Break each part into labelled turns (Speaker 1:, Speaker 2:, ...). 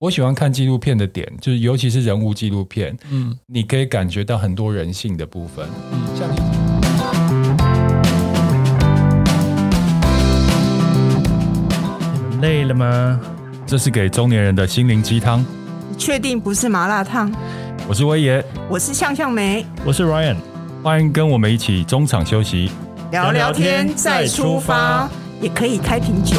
Speaker 1: 我喜欢看纪录片的点，就是尤其是人物纪录片，
Speaker 2: 嗯
Speaker 1: 你可以感觉到很多人性的部分。
Speaker 2: 嗯
Speaker 1: 像
Speaker 2: 累了吗？
Speaker 1: 这是给中年人的心灵鸡汤。
Speaker 3: 确定不是麻辣烫？
Speaker 1: 我是威爷，
Speaker 3: 我是向向梅，
Speaker 2: 我是 Ryan，
Speaker 1: 欢迎跟我们一起中场休息。
Speaker 3: 聊聊天再出发，也可以开瓶酒。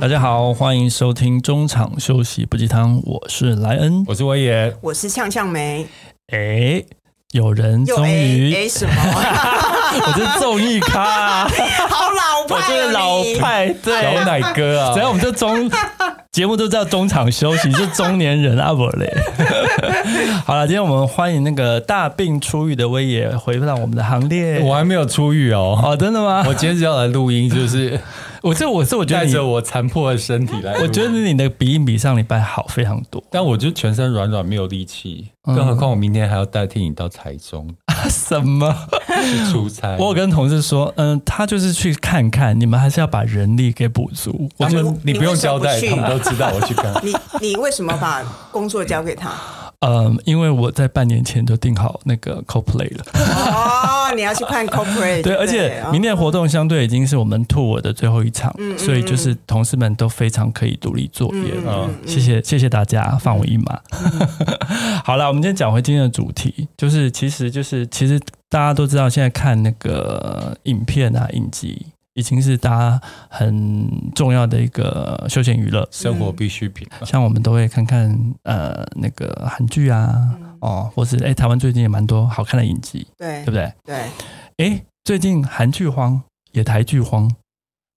Speaker 2: 大家好，欢迎收听中场休息不鸡汤，我是莱恩。
Speaker 1: 我是威爷，
Speaker 3: 我是向向梅，
Speaker 2: 哎，有人
Speaker 3: 又
Speaker 2: 终
Speaker 3: A
Speaker 2: 于，
Speaker 3: A 什么？
Speaker 2: 我是综艺咖啊、
Speaker 3: 好老派、
Speaker 2: 我
Speaker 3: 哦，
Speaker 2: 是老
Speaker 3: 你。
Speaker 2: 派，对，
Speaker 1: 小奶哥啊
Speaker 2: 只，要我们这中节目都叫中场休息，是中年人啊我嘞。 好了，今天我们欢迎那个大病初愈的威爷回到我们的行列。
Speaker 1: 我还没有出狱哦。
Speaker 2: 哎哦，真的吗？
Speaker 1: 我今天是要来录音，就是
Speaker 2: 我这 我是我觉得
Speaker 1: 带
Speaker 2: 你，
Speaker 1: 着我残破的身体来录。
Speaker 2: 我觉得你的鼻音比上礼拜好非常多。
Speaker 1: 但我就全身软软，没有力气，
Speaker 2: 嗯
Speaker 1: 更何况我明天还要代替你到台中
Speaker 2: 什么？
Speaker 1: 去出差。
Speaker 2: 我有跟同事说，嗯，他就是去看看，你们还是要把人力给补足。
Speaker 1: 他
Speaker 3: 你
Speaker 1: 们，你不用交代，
Speaker 3: 你为
Speaker 1: 他
Speaker 3: 什么不去
Speaker 1: 们都知道我去看。
Speaker 3: 你你为什么把工作交给他？
Speaker 2: 嗯，因为我在半年前就订好那个 CoPlay 了。
Speaker 3: 哦，你要去看 corporate，哦
Speaker 2: 对，而且明天的活动相对已经是我们 tour 的最后一场，
Speaker 3: 嗯嗯
Speaker 2: 所以就是同事们都非常可以独立作业
Speaker 3: 嗯
Speaker 2: 了。
Speaker 1: 嗯
Speaker 2: 谢谢谢谢大家放我一马。 好了，我们今天讲回今天的主题，就是其实就是其实大家都知道，现在看那个影片啊影集，已经是大家很重要的一个休闲娱乐。
Speaker 1: 生活必需品，
Speaker 2: 像我们都会看看呃那个韩剧啊，
Speaker 3: 嗯
Speaker 2: 哦，或是哎、台湾最近也蛮多好看的影集，
Speaker 3: 对
Speaker 2: 对不对？
Speaker 3: 对，
Speaker 2: 诶，最近韩剧荒也台剧荒，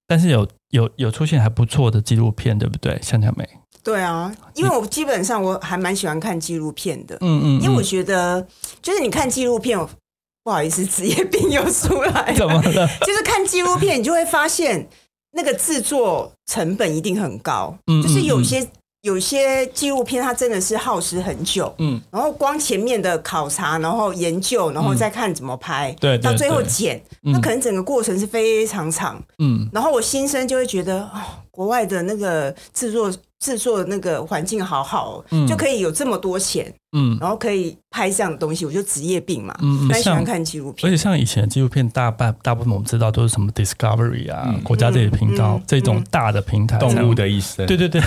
Speaker 2: 但是有有有出现还不错的纪录片，对不对？向向美，
Speaker 3: 对啊，因为我基本上我还蛮喜欢看纪录片的，
Speaker 2: 嗯
Speaker 3: 因为 我觉得就是你看纪录片，我不好意思，职业病又出来
Speaker 2: 怎
Speaker 3: 了，
Speaker 2: 么了？
Speaker 3: 就是看纪录片，你就会发现那个制作成本一定很高，
Speaker 2: 嗯
Speaker 3: 就是有些。有些纪录片它真的是耗时很久，
Speaker 2: 嗯，
Speaker 3: 然后光前面的考察，然后研究，然后再看怎么拍，
Speaker 2: 对对
Speaker 3: 到最后
Speaker 2: 嗯对
Speaker 3: 剪，
Speaker 2: 嗯
Speaker 3: 那可能整个过程是非常长。
Speaker 2: 嗯
Speaker 3: 然后我心生就会觉得，哦，国外的那个制作制作那个环境好好哦，
Speaker 2: 嗯
Speaker 3: 就可以有这么多钱，
Speaker 2: 嗯
Speaker 3: 然后可以拍这样的东西，我就职业病嘛，
Speaker 2: 嗯
Speaker 3: 蛮喜欢
Speaker 2: 像
Speaker 3: 看纪录
Speaker 2: 而
Speaker 3: 片
Speaker 2: 且。像以前的纪录片，大半大部分我们知道都是什么 Discovery 啊、
Speaker 1: 嗯
Speaker 2: 国家地理频道、
Speaker 3: 嗯
Speaker 2: 这种大的平台，
Speaker 1: 动物的一生。
Speaker 2: 嗯对对对，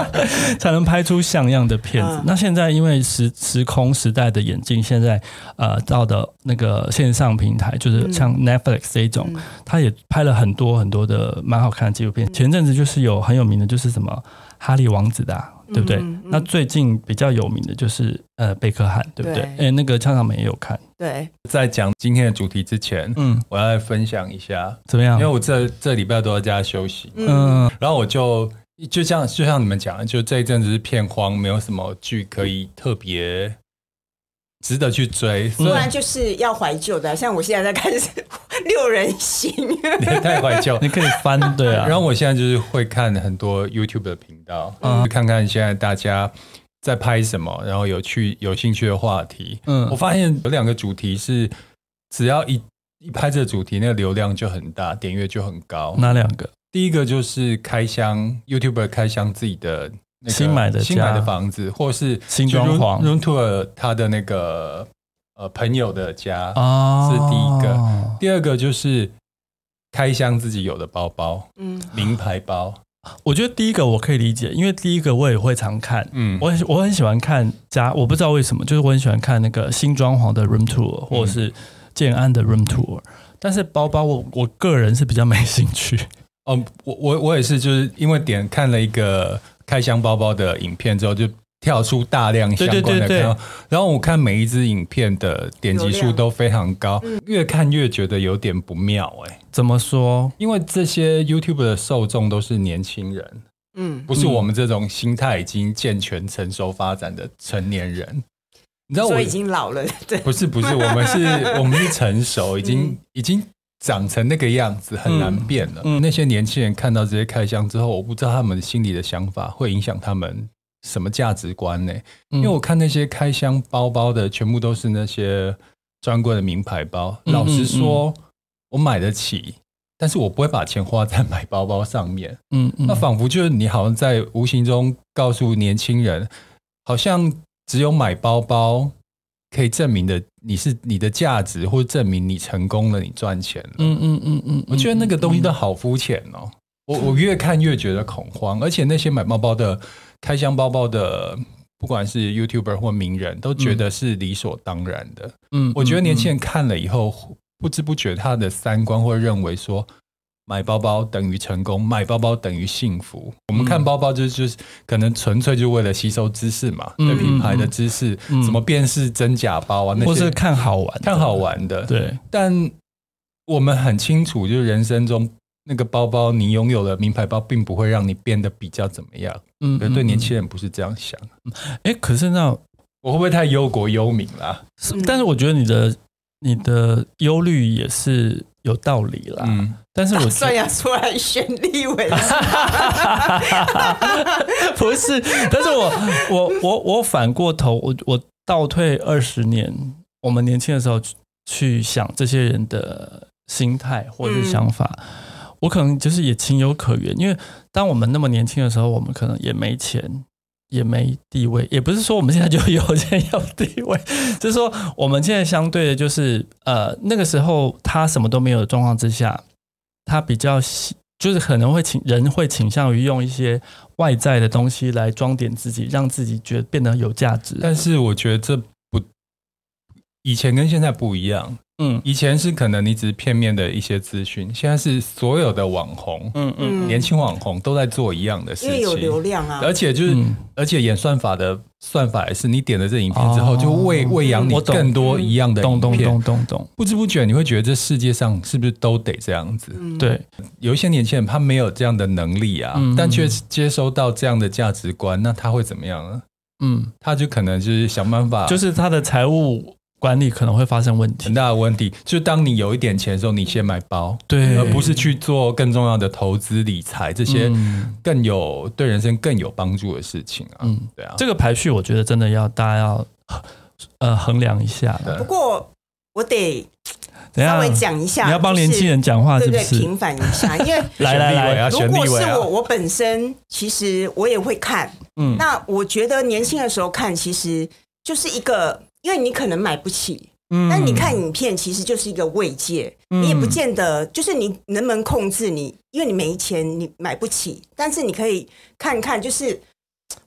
Speaker 2: 才能拍出像样的片子。
Speaker 3: 嗯
Speaker 2: 那现在因为时时空时代的演进，现在呃到的那个线上平台，就是像 Netflix 这一种，
Speaker 3: 嗯
Speaker 2: 它也拍了很多很多的蛮好看的纪录片。前阵子就是有很有名的，就是什么《哈利王子》的啊、对不对？
Speaker 3: 嗯嗯
Speaker 2: 那最近比较有名的就是呃贝克汉，对不对？
Speaker 3: 对
Speaker 2: 哎，那个枪场们也有看，
Speaker 3: 对，
Speaker 1: 在讲今天的主题之前，
Speaker 2: 嗯，
Speaker 1: 我要来分享一下，
Speaker 2: 怎么样
Speaker 1: 因为？我这这礼拜都在家休息，
Speaker 3: 嗯，
Speaker 2: 嗯
Speaker 1: 然后我就就像就像你们讲的，就这一阵子是片荒，没有什么剧可以特别值得去追，
Speaker 2: 嗯
Speaker 1: 所
Speaker 3: 不
Speaker 1: 以
Speaker 3: 然就是要怀旧的，像我现在在看是 六人行，
Speaker 1: 你太怀旧。
Speaker 2: 你可以翻，对啊。
Speaker 1: 然后我现在就是会看很多 YouTube 的频道，
Speaker 2: 嗯
Speaker 1: 去看看现在大家在拍什么，然后有趣有兴趣的话题。我
Speaker 2: 嗯
Speaker 1: 发现有两个主题是，只要一一拍这个主题，那个流量就很大，点阅就很高。
Speaker 2: 哪两个？
Speaker 1: 第一个就是开箱 YouTuber 开箱自己的、那个、
Speaker 2: 新买的家
Speaker 1: 新买的房子，或是
Speaker 2: 新装潢
Speaker 1: Room Tour 他的那个呃朋友的家。
Speaker 2: 哦，
Speaker 1: 是第一个第二个就是开箱自己有的包包，
Speaker 3: 嗯，
Speaker 1: 名牌包。
Speaker 2: 我觉得第一个我可以理解，因为第一个我也会常看，
Speaker 1: 嗯，
Speaker 2: 我很我很喜欢看家，我不知道为什么，就是我很喜欢看那个新装潢的 room
Speaker 1: 嗯
Speaker 2: tour，或者是建安的 room tour。但是包包我我个人是比较没兴趣，
Speaker 1: 哦，我我我也是，就是因为点看了一个开箱包包的影片之后，就跳出大量相关
Speaker 2: 对
Speaker 1: 的
Speaker 2: 对对
Speaker 1: 看到，然后我看每一支影片的点击
Speaker 3: 流
Speaker 1: 数
Speaker 3: 量嗯
Speaker 1: 都非常高，越看越觉得有点不妙哎、
Speaker 2: 怎么说？
Speaker 1: 因为这些 YouTube 的受众都是年轻人，
Speaker 3: 嗯，
Speaker 1: 不是我们这种心态已经健全、成熟、发展的成年人。你知道
Speaker 3: 所
Speaker 1: 我
Speaker 3: 以已经老了，对，
Speaker 1: 不是不 是，我们是我们是成熟，已经、已经长成那个样子，很难变了。
Speaker 2: 嗯嗯嗯
Speaker 1: 那些年轻人看到这些开箱之后，我不知道他们心里的想法会影响他们什么价值观呢、
Speaker 2: 因
Speaker 1: 因为我看那些开箱包包的，全部都是那些专柜的名牌包。
Speaker 2: 嗯
Speaker 1: 老实说，我买得起，但是我不会把钱花在买包包上面。
Speaker 2: 嗯嗯
Speaker 1: 那仿佛就是你好像在无形中告诉年轻人，好像只有买包包可以证明的你是你的价值，或者证明你成功了，你赚钱了。
Speaker 2: 嗯嗯嗯嗯，
Speaker 1: 我觉得那个东西
Speaker 2: 嗯
Speaker 1: 都好肤浅哦。我我越看越觉得恐慌，而且那些买包包的、开箱包包的，不管是 YouTuber 或名人，都觉得是理所当然的。
Speaker 2: 嗯，
Speaker 1: 我觉得年轻
Speaker 2: 人
Speaker 1: 人看了以后，不知不觉他的三观会认为说，买包包等于成功，买包包等于幸福。我们
Speaker 2: 嗯
Speaker 1: 看包包就是就是可能纯粹就为了吸收知识嘛，
Speaker 2: 嗯
Speaker 1: 对品牌的知识，
Speaker 2: 嗯
Speaker 1: 什么辨识真假包啊，那
Speaker 2: 或
Speaker 1: 些
Speaker 2: 是看好玩，
Speaker 1: 看好，玩的。
Speaker 2: 对，
Speaker 1: 但我们很清楚，就是人生中。那个包包，你拥有了名牌包，并不会让你变得比较怎么样。
Speaker 2: 嗯
Speaker 1: 可是对年，轻人不是这样想，
Speaker 2: 哎，可是那，
Speaker 1: 我会不会太忧国忧民啦？
Speaker 2: 是
Speaker 3: 嗯
Speaker 2: 但是我觉得你的你的忧虑也是有道理啦，
Speaker 1: 嗯，
Speaker 2: 但是我觉
Speaker 3: 算
Speaker 2: 得
Speaker 3: 要出来选立委，
Speaker 2: 不是，但是我我我我反过头，我我倒退二十年，我们年轻的时候去去想这些人的心态或者是想法，我可能就是也情有可原，因为当我们那么年轻的时候，我们可能也没钱。也没地位，也不是说我们现在就有钱有地位，就是说我们现在相对的，就是呃那个时候他什么都没有的状况之下，他比较喜就是可能会倾人会倾向于用一些外在的东西来装点自己，让自己觉得变得有价值。
Speaker 1: 但是我觉得这不，以前跟现在不一样。
Speaker 2: 嗯
Speaker 1: 以前是可能你只是片面的一些资讯，现在是所有的网红、
Speaker 2: 嗯嗯
Speaker 1: 年轻网红都在做一样的事
Speaker 3: 因为有流
Speaker 1: 情，
Speaker 3: 量啊，
Speaker 1: 而且就是，
Speaker 2: 嗯
Speaker 1: 而且演算法的算法也是你点了这影片之后，
Speaker 2: 哦
Speaker 1: 就喂喂养你
Speaker 2: 我懂
Speaker 1: 更多一样的
Speaker 2: 懂
Speaker 1: 影
Speaker 2: 懂
Speaker 1: 片。
Speaker 2: 懂懂懂，
Speaker 1: 不知不觉你会觉得这世界上是不是都得这样子？
Speaker 3: 嗯，
Speaker 2: 对，
Speaker 1: 有一些年轻人他没有这样的能力啊，
Speaker 2: 嗯
Speaker 1: 但却接收到这样的价值观，那他会怎么样呢？
Speaker 2: 嗯，
Speaker 1: 他就可能就是想办法，
Speaker 2: 就是他的财务管理可能会发生问题
Speaker 1: 很，大的问题，就是当你有一点钱的时候，你先买包，
Speaker 2: 对，
Speaker 1: 而不是去做更重要的投资理财这些
Speaker 2: 嗯
Speaker 1: 更有、对人生更有帮助的事情啊。
Speaker 2: 嗯
Speaker 1: 对啊，
Speaker 2: 这个排序，我觉得真的要大家要呃衡量一下。
Speaker 1: 对
Speaker 3: 不过我得
Speaker 2: 等一
Speaker 3: 稍
Speaker 2: 下
Speaker 3: 微讲一下，
Speaker 2: 你要帮年轻人讲话
Speaker 3: 就是是
Speaker 2: 不
Speaker 3: 对不
Speaker 2: 是
Speaker 3: 对？？平反一 下，因为
Speaker 2: 来来
Speaker 1: 选立委
Speaker 2: 来，
Speaker 1: 啊，
Speaker 3: 如
Speaker 1: 选
Speaker 3: 果
Speaker 1: 立委
Speaker 3: 是
Speaker 1: 啊
Speaker 3: 我，，我本身其实我也会看。
Speaker 2: 嗯
Speaker 3: 那我觉得年轻的时候看，其实就是一个，因为你可能买不起，
Speaker 2: 嗯
Speaker 3: 但你看影片其实就是一个慰藉。你也不见得就是你能不能控制你，因为你没钱，你买不起，但是你可以看看，就是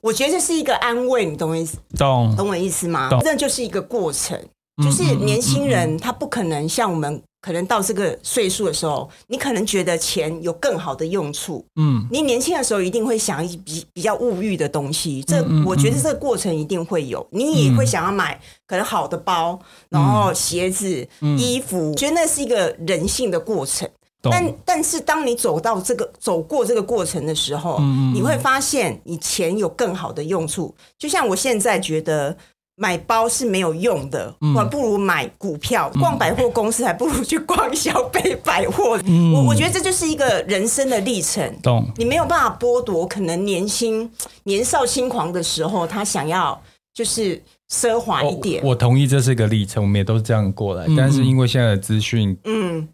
Speaker 3: 我觉得这是一个安慰，你懂我意思？
Speaker 2: 懂，
Speaker 3: 懂我意思吗
Speaker 2: 懂？
Speaker 3: 这就是一个过程。
Speaker 2: 嗯
Speaker 3: 就是
Speaker 2: 嗯嗯
Speaker 3: 年轻
Speaker 2: 嗯
Speaker 3: 人他不可能像我们，可能到这个岁数的时候，你可能觉得钱有更好的用处。
Speaker 2: 嗯
Speaker 3: 你年轻的时候一定会想一比比较物欲的东西，这
Speaker 2: 嗯嗯
Speaker 3: 我觉得这个过程一定会有，你也会想要买可能好的包，然后
Speaker 2: 嗯
Speaker 3: 鞋子、衣服，觉得那是一个人性的过程。
Speaker 2: 懂
Speaker 3: 但但是当你走到这个走过这个过程的时候，
Speaker 2: 嗯嗯嗯
Speaker 3: 你会发现你钱有更好的用处。就像我现在觉得买包是没有用的，
Speaker 2: 嗯
Speaker 3: 我、不如买股票，逛百货公司还不如去逛小北百货。
Speaker 2: 嗯
Speaker 3: 我我觉得这就是一个人生的历程。
Speaker 2: 懂，
Speaker 3: 你没有办法剥夺可能年轻年少轻狂的时候，他想要就是奢华一
Speaker 1: 哦
Speaker 3: 点，
Speaker 2: 哦
Speaker 1: 我我同意这是个历程，我们也都是这样过来。
Speaker 2: 嗯
Speaker 1: 但是因为现在的资讯
Speaker 3: 嗯，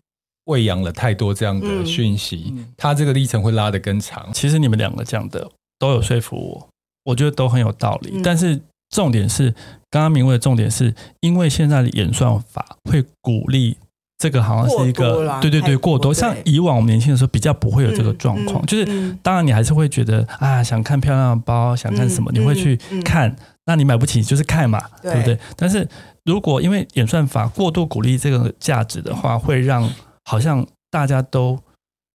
Speaker 1: 喂养了太多这样的
Speaker 3: 嗯
Speaker 1: 讯息，
Speaker 2: 嗯
Speaker 1: 它这个历程会拉得更长。
Speaker 2: 其实你们两个讲的都有说服我，我觉得都很有道理。
Speaker 3: 嗯
Speaker 2: 但是重点是，刚刚明慧的重点是因为现在的演算法会鼓励这个，好像是一
Speaker 3: 过多
Speaker 2: 个
Speaker 3: 啦
Speaker 2: 对对对
Speaker 3: 太
Speaker 2: 过
Speaker 3: 过
Speaker 2: 多。
Speaker 3: 对
Speaker 2: 像以往我们年轻的时候比较不会有这个
Speaker 3: 嗯
Speaker 2: 状况，
Speaker 3: 嗯
Speaker 2: 就是
Speaker 3: 嗯
Speaker 2: 当然你还是会觉得啊，想看漂亮的包，想看什么，
Speaker 3: 嗯
Speaker 2: 你会去
Speaker 3: 嗯嗯
Speaker 2: 看。那你买不起就是看嘛，对
Speaker 3: 对
Speaker 2: 不对？但是如果因为演算法过度鼓励这个价值的话，会让好像大家都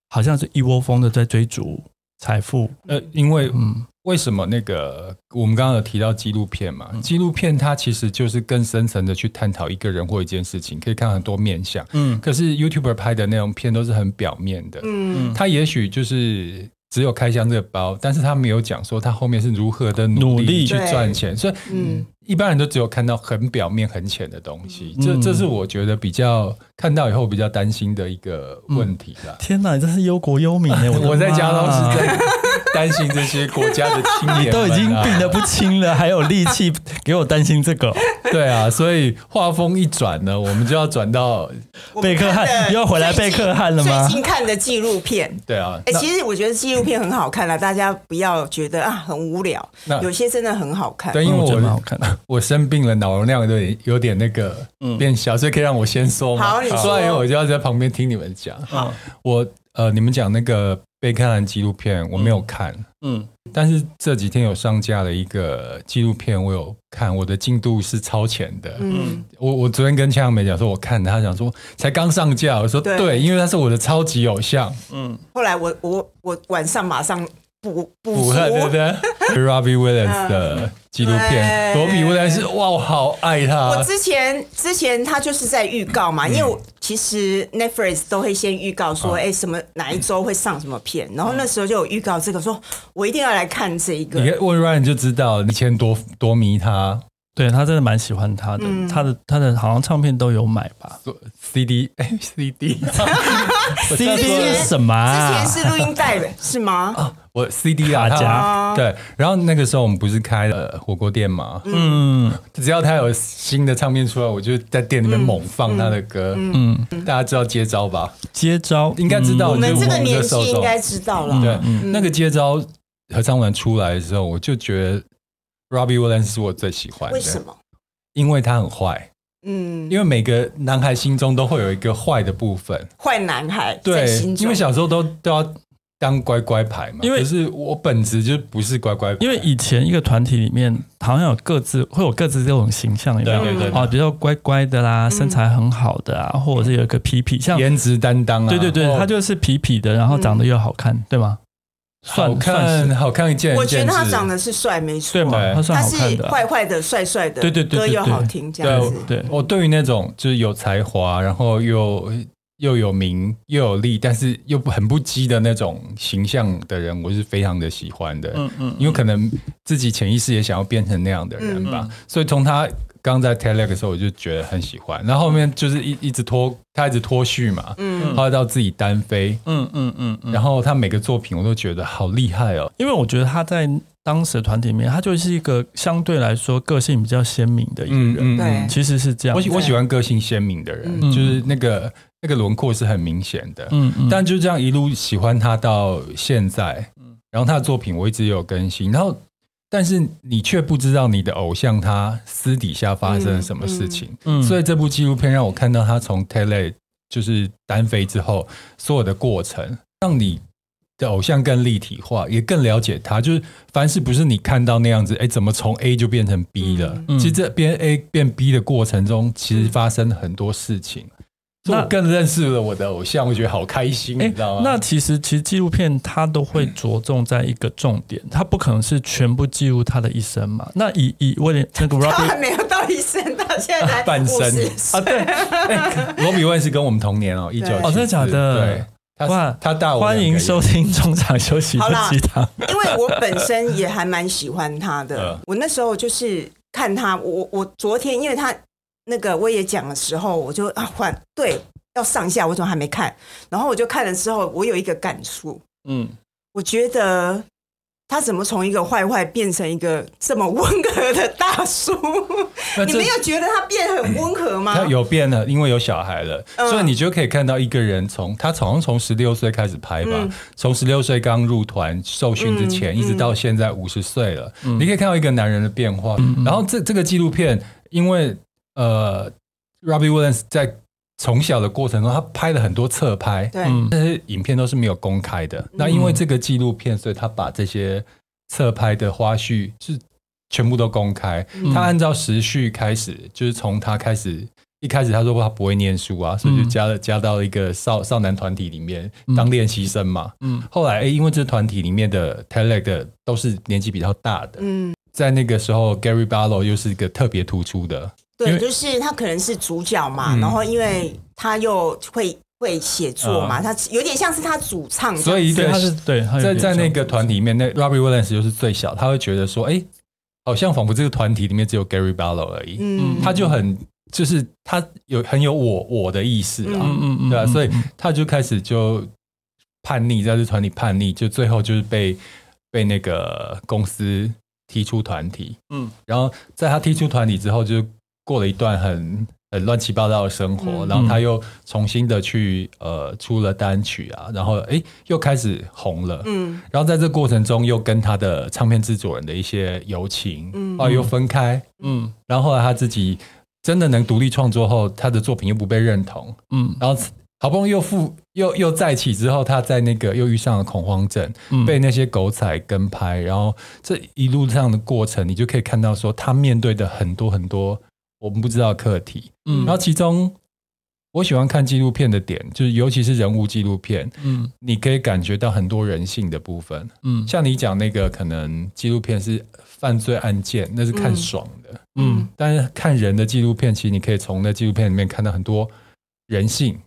Speaker 2: 好像是一窝蜂的在追逐财富，
Speaker 1: 呃，因为
Speaker 2: 嗯
Speaker 1: 为什么那个我们刚刚有提到纪录片嘛
Speaker 2: 嗯？
Speaker 1: 纪录片它其实就是更深层的去探讨一个人或一件事情，可以看很多面相。
Speaker 2: 嗯
Speaker 1: 可是 YouTuber 拍的那种片都是很表面的，
Speaker 3: 嗯
Speaker 1: 他也许就是只有开箱这个包，但是他没有讲说他后面是如何的
Speaker 2: 努
Speaker 1: 努
Speaker 2: 力
Speaker 1: 力去赚钱，所以
Speaker 3: 嗯
Speaker 1: 一般人都只有看到很表面、很浅的东西。这
Speaker 2: 嗯
Speaker 1: 这是我觉得比较看到以后比较担心的一个问题啦。
Speaker 2: 天哪，你真是忧国忧民哎！
Speaker 1: 我在家都是
Speaker 2: 在
Speaker 1: 在担心这些国家的青 年、啊，
Speaker 2: 都已经病得不轻了，还有力气给我担心这个哦、
Speaker 1: 对啊，所以话锋一转呢，我们就要转到
Speaker 3: 我们
Speaker 2: 贝克
Speaker 3: 看的
Speaker 2: 汉又要回来贝克汉了吗
Speaker 3: 最？近看的纪录片。
Speaker 1: 对啊，
Speaker 3: 哎、
Speaker 1: 那
Speaker 3: 其实我觉得纪录片很好看啦，啊大家不要觉得啊很无聊
Speaker 1: 那，
Speaker 3: 有些真的很好 看。
Speaker 1: 对，因为
Speaker 2: 哦我觉得蛮好
Speaker 1: 我
Speaker 2: 看 的，
Speaker 1: 我生病了，脑容量有点有点那个变小，所以可以让我先说吗？
Speaker 3: 嗯好你说
Speaker 1: 说完以后我就要在旁边听你们讲。
Speaker 2: 好，
Speaker 1: 我呃，你们讲那个贝克汉纪录片我没有看，
Speaker 2: 嗯，
Speaker 1: 但是这几天有上架的一个纪录片，我有看，我的进度是超前的。
Speaker 3: 嗯，
Speaker 1: 我我昨天跟千阳梅讲说，我看他讲说才刚上架，我说
Speaker 3: 对
Speaker 1: 对，因为他是我的超级偶像，
Speaker 3: 后来我我我晚上马上补
Speaker 1: 补
Speaker 3: 补足
Speaker 1: 恨对不对 ？Robbie Williams 的纪录片，
Speaker 3: 嗯对
Speaker 1: 罗比威廉斯，哇，我好爱
Speaker 3: 我
Speaker 1: 他。
Speaker 3: 之前之前他就是在预告
Speaker 1: 嗯
Speaker 3: 嘛，因为我其实 Netflix 都会先预告
Speaker 1: 啊
Speaker 3: 说，哎、什么哪一周会上什么片，然后那时候就有预告这个，说我一定要来看这一
Speaker 1: 嗯你
Speaker 3: 个。
Speaker 1: 看问 Ryan 就知道，以前多多迷他
Speaker 2: 对他真的蛮喜欢他的，他的他的好像唱片都有买吧
Speaker 1: CD，哎 CD，我
Speaker 2: ？CD
Speaker 1: 这样说
Speaker 2: 是什么
Speaker 3: 之
Speaker 2: 啊？
Speaker 3: 前是录音带的 是吗？
Speaker 1: 我 CD 啊，
Speaker 2: 卡夹
Speaker 1: 他对，然后那个时候我们不是开了火锅店嘛，
Speaker 2: 嗯，
Speaker 1: 只要他有新的唱片出来，我就在店里面猛放他的歌。嗯，大家知道接招吧？
Speaker 2: 接招嗯
Speaker 1: 应该知道
Speaker 3: 我们
Speaker 1: 就是
Speaker 3: 这个
Speaker 1: 我们
Speaker 3: 年
Speaker 1: 的受
Speaker 3: 纪应
Speaker 1: 众
Speaker 3: 该知道了。
Speaker 1: 对，那个接招合唱团出来的时候，我就觉得 Robbie Williams 是我最喜欢的。
Speaker 3: 为什？么？
Speaker 1: 因为他很坏，
Speaker 3: 嗯，
Speaker 1: 因为每个男孩心中都会有一个坏的部分。
Speaker 3: 坏男孩在
Speaker 1: 对
Speaker 3: 心，中，
Speaker 1: 因为小时候都都要当乖乖牌嘛。
Speaker 2: 因为
Speaker 1: 可是我本质就不是乖乖牌，
Speaker 2: 因为以前一个团体里面，好像有各自会有各自这种形象，有没有？
Speaker 1: 对对对
Speaker 2: 哦，比如说乖乖的
Speaker 3: 嗯
Speaker 2: 啦，身材很好的啊，或者是有一个皮皮，像
Speaker 1: 颜值担当啊。
Speaker 2: 对对嗯对，
Speaker 1: 哦
Speaker 2: 他就是皮皮的，然后长得又好看，对吗？算
Speaker 1: 好
Speaker 2: 算
Speaker 1: 看，
Speaker 2: 是
Speaker 1: 好看见仁
Speaker 3: 我觉
Speaker 1: 见
Speaker 3: 得
Speaker 1: 智。
Speaker 3: 他长得是帅没错
Speaker 2: 对，嘛，
Speaker 1: 对
Speaker 2: 他算
Speaker 3: 他
Speaker 2: 好
Speaker 3: 是
Speaker 2: 看的啊、
Speaker 3: 坏坏的、帅帅的，
Speaker 2: 对对对对
Speaker 3: 歌又
Speaker 2: 对
Speaker 3: 好听，这样
Speaker 1: 对
Speaker 3: 子。
Speaker 2: 对
Speaker 1: 我对于那种就是有才华，然后又又有名又有力，但是又不很不羁的那种形象的人，我是非常的喜欢的。
Speaker 2: 嗯嗯
Speaker 1: 因为可能自己潜意识也想要变成那样的人吧，所以从他刚在 t e l e 的时候，我就觉得很喜欢。然后后面就是一一直拖，他一直脱序嘛，嗯，后来到自己单飞，
Speaker 2: 嗯嗯嗯嗯，
Speaker 1: 然后他每个作品我都觉得好厉害哦。
Speaker 2: 因为我觉得他在当时的团体里面，他就是一个相对来说个性比较鲜明的一个
Speaker 1: 嗯
Speaker 2: 人，
Speaker 1: 嗯
Speaker 3: 对
Speaker 1: 嗯，
Speaker 2: 其实是这样
Speaker 1: 我。喜我喜欢个性鲜明的人，
Speaker 2: 嗯
Speaker 1: 就是那个那个轮廓是很明显的，
Speaker 2: 嗯嗯，
Speaker 1: 但就这样一路喜欢他到现在，然后他的作品我一直有更新，然后但是你却不知道你的偶像他私底下发生了什么事情，
Speaker 2: 嗯嗯
Speaker 1: 所以这部纪录片让我看到他从 Tele 就是单飞之后所有的过程，让你。的偶像更立体化，也更了解他。就是凡事不是你看到那样子，哎、怎么从 A 就变成 B 了？
Speaker 2: 嗯
Speaker 1: 其实这边 A 变 B 的过程中，其实发生了很多事情。
Speaker 2: 嗯
Speaker 1: 所以我更认识了我的偶像，我觉得好开心，你
Speaker 2: 哎
Speaker 1: 知道吗？，嗯
Speaker 2: 那其实其实纪录片它都会着重在一个重点，它不可能是全部记录他的一生嘛。那以以为了那
Speaker 3: 他
Speaker 2: 个 Robbie
Speaker 3: 还没有到一生，到现 在才
Speaker 1: 半生哎
Speaker 3: 五十
Speaker 2: 啊， 对，
Speaker 1: 罗比万是跟我们同年哦，一九
Speaker 3: 对
Speaker 2: 哦真的假的
Speaker 1: 对，他
Speaker 2: 哇
Speaker 1: 他大我
Speaker 2: 欢迎收听中场休息
Speaker 3: 好
Speaker 2: 的
Speaker 3: 啦
Speaker 2: 鸡汤。
Speaker 3: 因为我本身也还蛮喜欢他的
Speaker 1: 嗯，
Speaker 3: 我那时候就是看他，我我昨天因为他那个我也讲的时候，我就啊换对要上下，我怎么还没看？然后我就看了之后，我有一个感触，
Speaker 2: 嗯，
Speaker 3: 我觉得他怎么从一个坏坏变成一个这么温和的大 叔？
Speaker 1: 那
Speaker 3: 你
Speaker 1: 这
Speaker 3: 没有觉得他变很温和吗？
Speaker 1: 他有变了，因为有小孩了，
Speaker 3: 嗯
Speaker 1: 所以你就可以看到一个人从他好像从十六岁开始拍吧
Speaker 3: 嗯，
Speaker 1: 从十六岁刚入团受训之前，
Speaker 3: 嗯
Speaker 1: 一直到现在五十岁了，你可以看到一个男人的变化。然后这这个纪录片，因为呃，Robbie Williams 在从小的过程中，他拍了很多侧拍，
Speaker 3: 对，
Speaker 2: 嗯
Speaker 1: 这些影片都是没有公开的。那因为这个纪录片，所以他把这些侧拍的花絮是全部都公开。他按照时序开始，就是从他开始。一开始他说他不会念书啊，所以就加了、加到一个少少男团体里面当练习生嘛。
Speaker 2: 嗯
Speaker 1: 嗯，后来诶、因为这团体里面的 t e l e 的都是年纪比较大的，
Speaker 3: 嗯，
Speaker 1: 在那个时候 Gary Barlow 又是一个特别突出的，因
Speaker 3: 对，
Speaker 1: 为
Speaker 3: 就是他可能是主角嘛，
Speaker 1: 嗯
Speaker 3: 然后因为他又会会写作嘛，他有点像是他主唱这样，
Speaker 1: 嗯所以一
Speaker 2: 对，
Speaker 1: 个
Speaker 2: 他是对，他有
Speaker 1: 在
Speaker 2: 点
Speaker 1: 在那
Speaker 2: 像
Speaker 1: 个团体里面，那 Robbie Williams 就是最小，他会觉得说，哎、好像仿佛这个团体里面只有 Gary Barlow 而已，
Speaker 3: 嗯
Speaker 1: 他就很就是他有很有我我的意识啊，
Speaker 2: 嗯嗯嗯，
Speaker 1: 对啊，
Speaker 2: 嗯
Speaker 1: 所以他就开始就叛逆，在这团体叛逆，就最后就是被被那个公司踢出团体，
Speaker 2: 嗯，
Speaker 1: 然后在他踢出团体之后，就过了一段很很乱七八糟的生活，
Speaker 3: 嗯
Speaker 1: 然后他又重新的去呃出了单曲啊，然后诶又开始红了，
Speaker 3: 嗯
Speaker 1: 然后在这过程中又跟他的唱片制作人的一些友情，哦
Speaker 3: 嗯
Speaker 1: 后来又分开，
Speaker 2: 嗯
Speaker 1: 然后后来他自己真的能独立创作后，他的作品又不被认同，
Speaker 2: 嗯
Speaker 1: 然后好不容易又复又又再起之后，他在那个又遇上了恐慌症，
Speaker 2: 嗯
Speaker 1: 被那些狗仔跟拍，然后这一路上的过程，你就可以看到说他面对的很多很多我们不知道的课题。
Speaker 2: 嗯
Speaker 1: 然后其中我喜欢看纪录片的点，就是尤其是人物纪录片，
Speaker 2: 嗯
Speaker 1: 你可以感觉到很多人性的部分。
Speaker 2: 嗯
Speaker 1: 像你讲那个可能纪录片是犯罪案件，那是看
Speaker 3: 嗯
Speaker 1: 爽的，
Speaker 2: 嗯
Speaker 1: 但是看人的纪录片，其实你可以从那纪录片里面看到很多人性。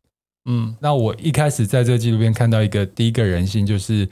Speaker 2: 嗯
Speaker 1: 那我一开始在这个纪录片看到一个第一个人性，就是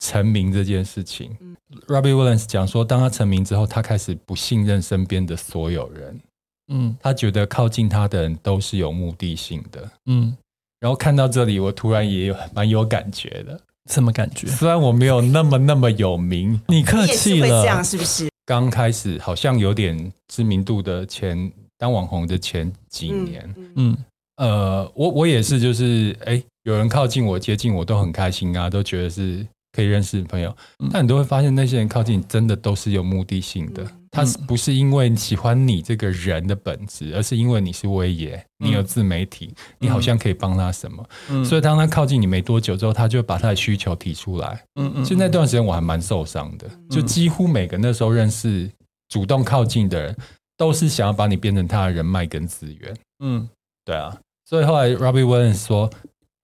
Speaker 1: 成名这件事情。
Speaker 3: 嗯
Speaker 1: Robbie Williams 讲说，当他成名之后，他开始不信任身边的所有人，
Speaker 2: 嗯
Speaker 1: 他觉得靠近他的人都是有目的性的。
Speaker 2: 嗯，
Speaker 1: 然后看到这里，我突然也有蛮有感觉的。
Speaker 2: 什么感觉？
Speaker 1: 虽然我没有那么那么有名，
Speaker 2: 你客
Speaker 3: 你也是
Speaker 2: 气
Speaker 3: 会这样
Speaker 2: 了，
Speaker 3: 是不是？
Speaker 1: 刚开始好像有点知名度的前当网红的前几年，
Speaker 3: 嗯
Speaker 2: 嗯
Speaker 1: 呃，我我也是，就是哎、诶有人靠近我、接近我都很开心啊，都觉得是可以认识朋友。
Speaker 2: 嗯
Speaker 1: 但你都会发现，那些人靠近你真的都是有目的性的
Speaker 3: 嗯，
Speaker 1: 他是不是因为喜欢你这个人的本质，而是因为你是威爷，你有自媒体，你好像可以帮他什么。
Speaker 2: 嗯，
Speaker 1: 所
Speaker 2: 以
Speaker 1: 以当他靠近你没多久之后，他就把他的需求提出来。
Speaker 2: 嗯嗯，
Speaker 1: 其实那段时间我还蛮受伤的，就几乎每个那时候认识、主动靠近的人，都是想要把你变成他的人脉跟资源。
Speaker 2: 嗯
Speaker 1: 对啊，所以后来 Robbie Williams 说，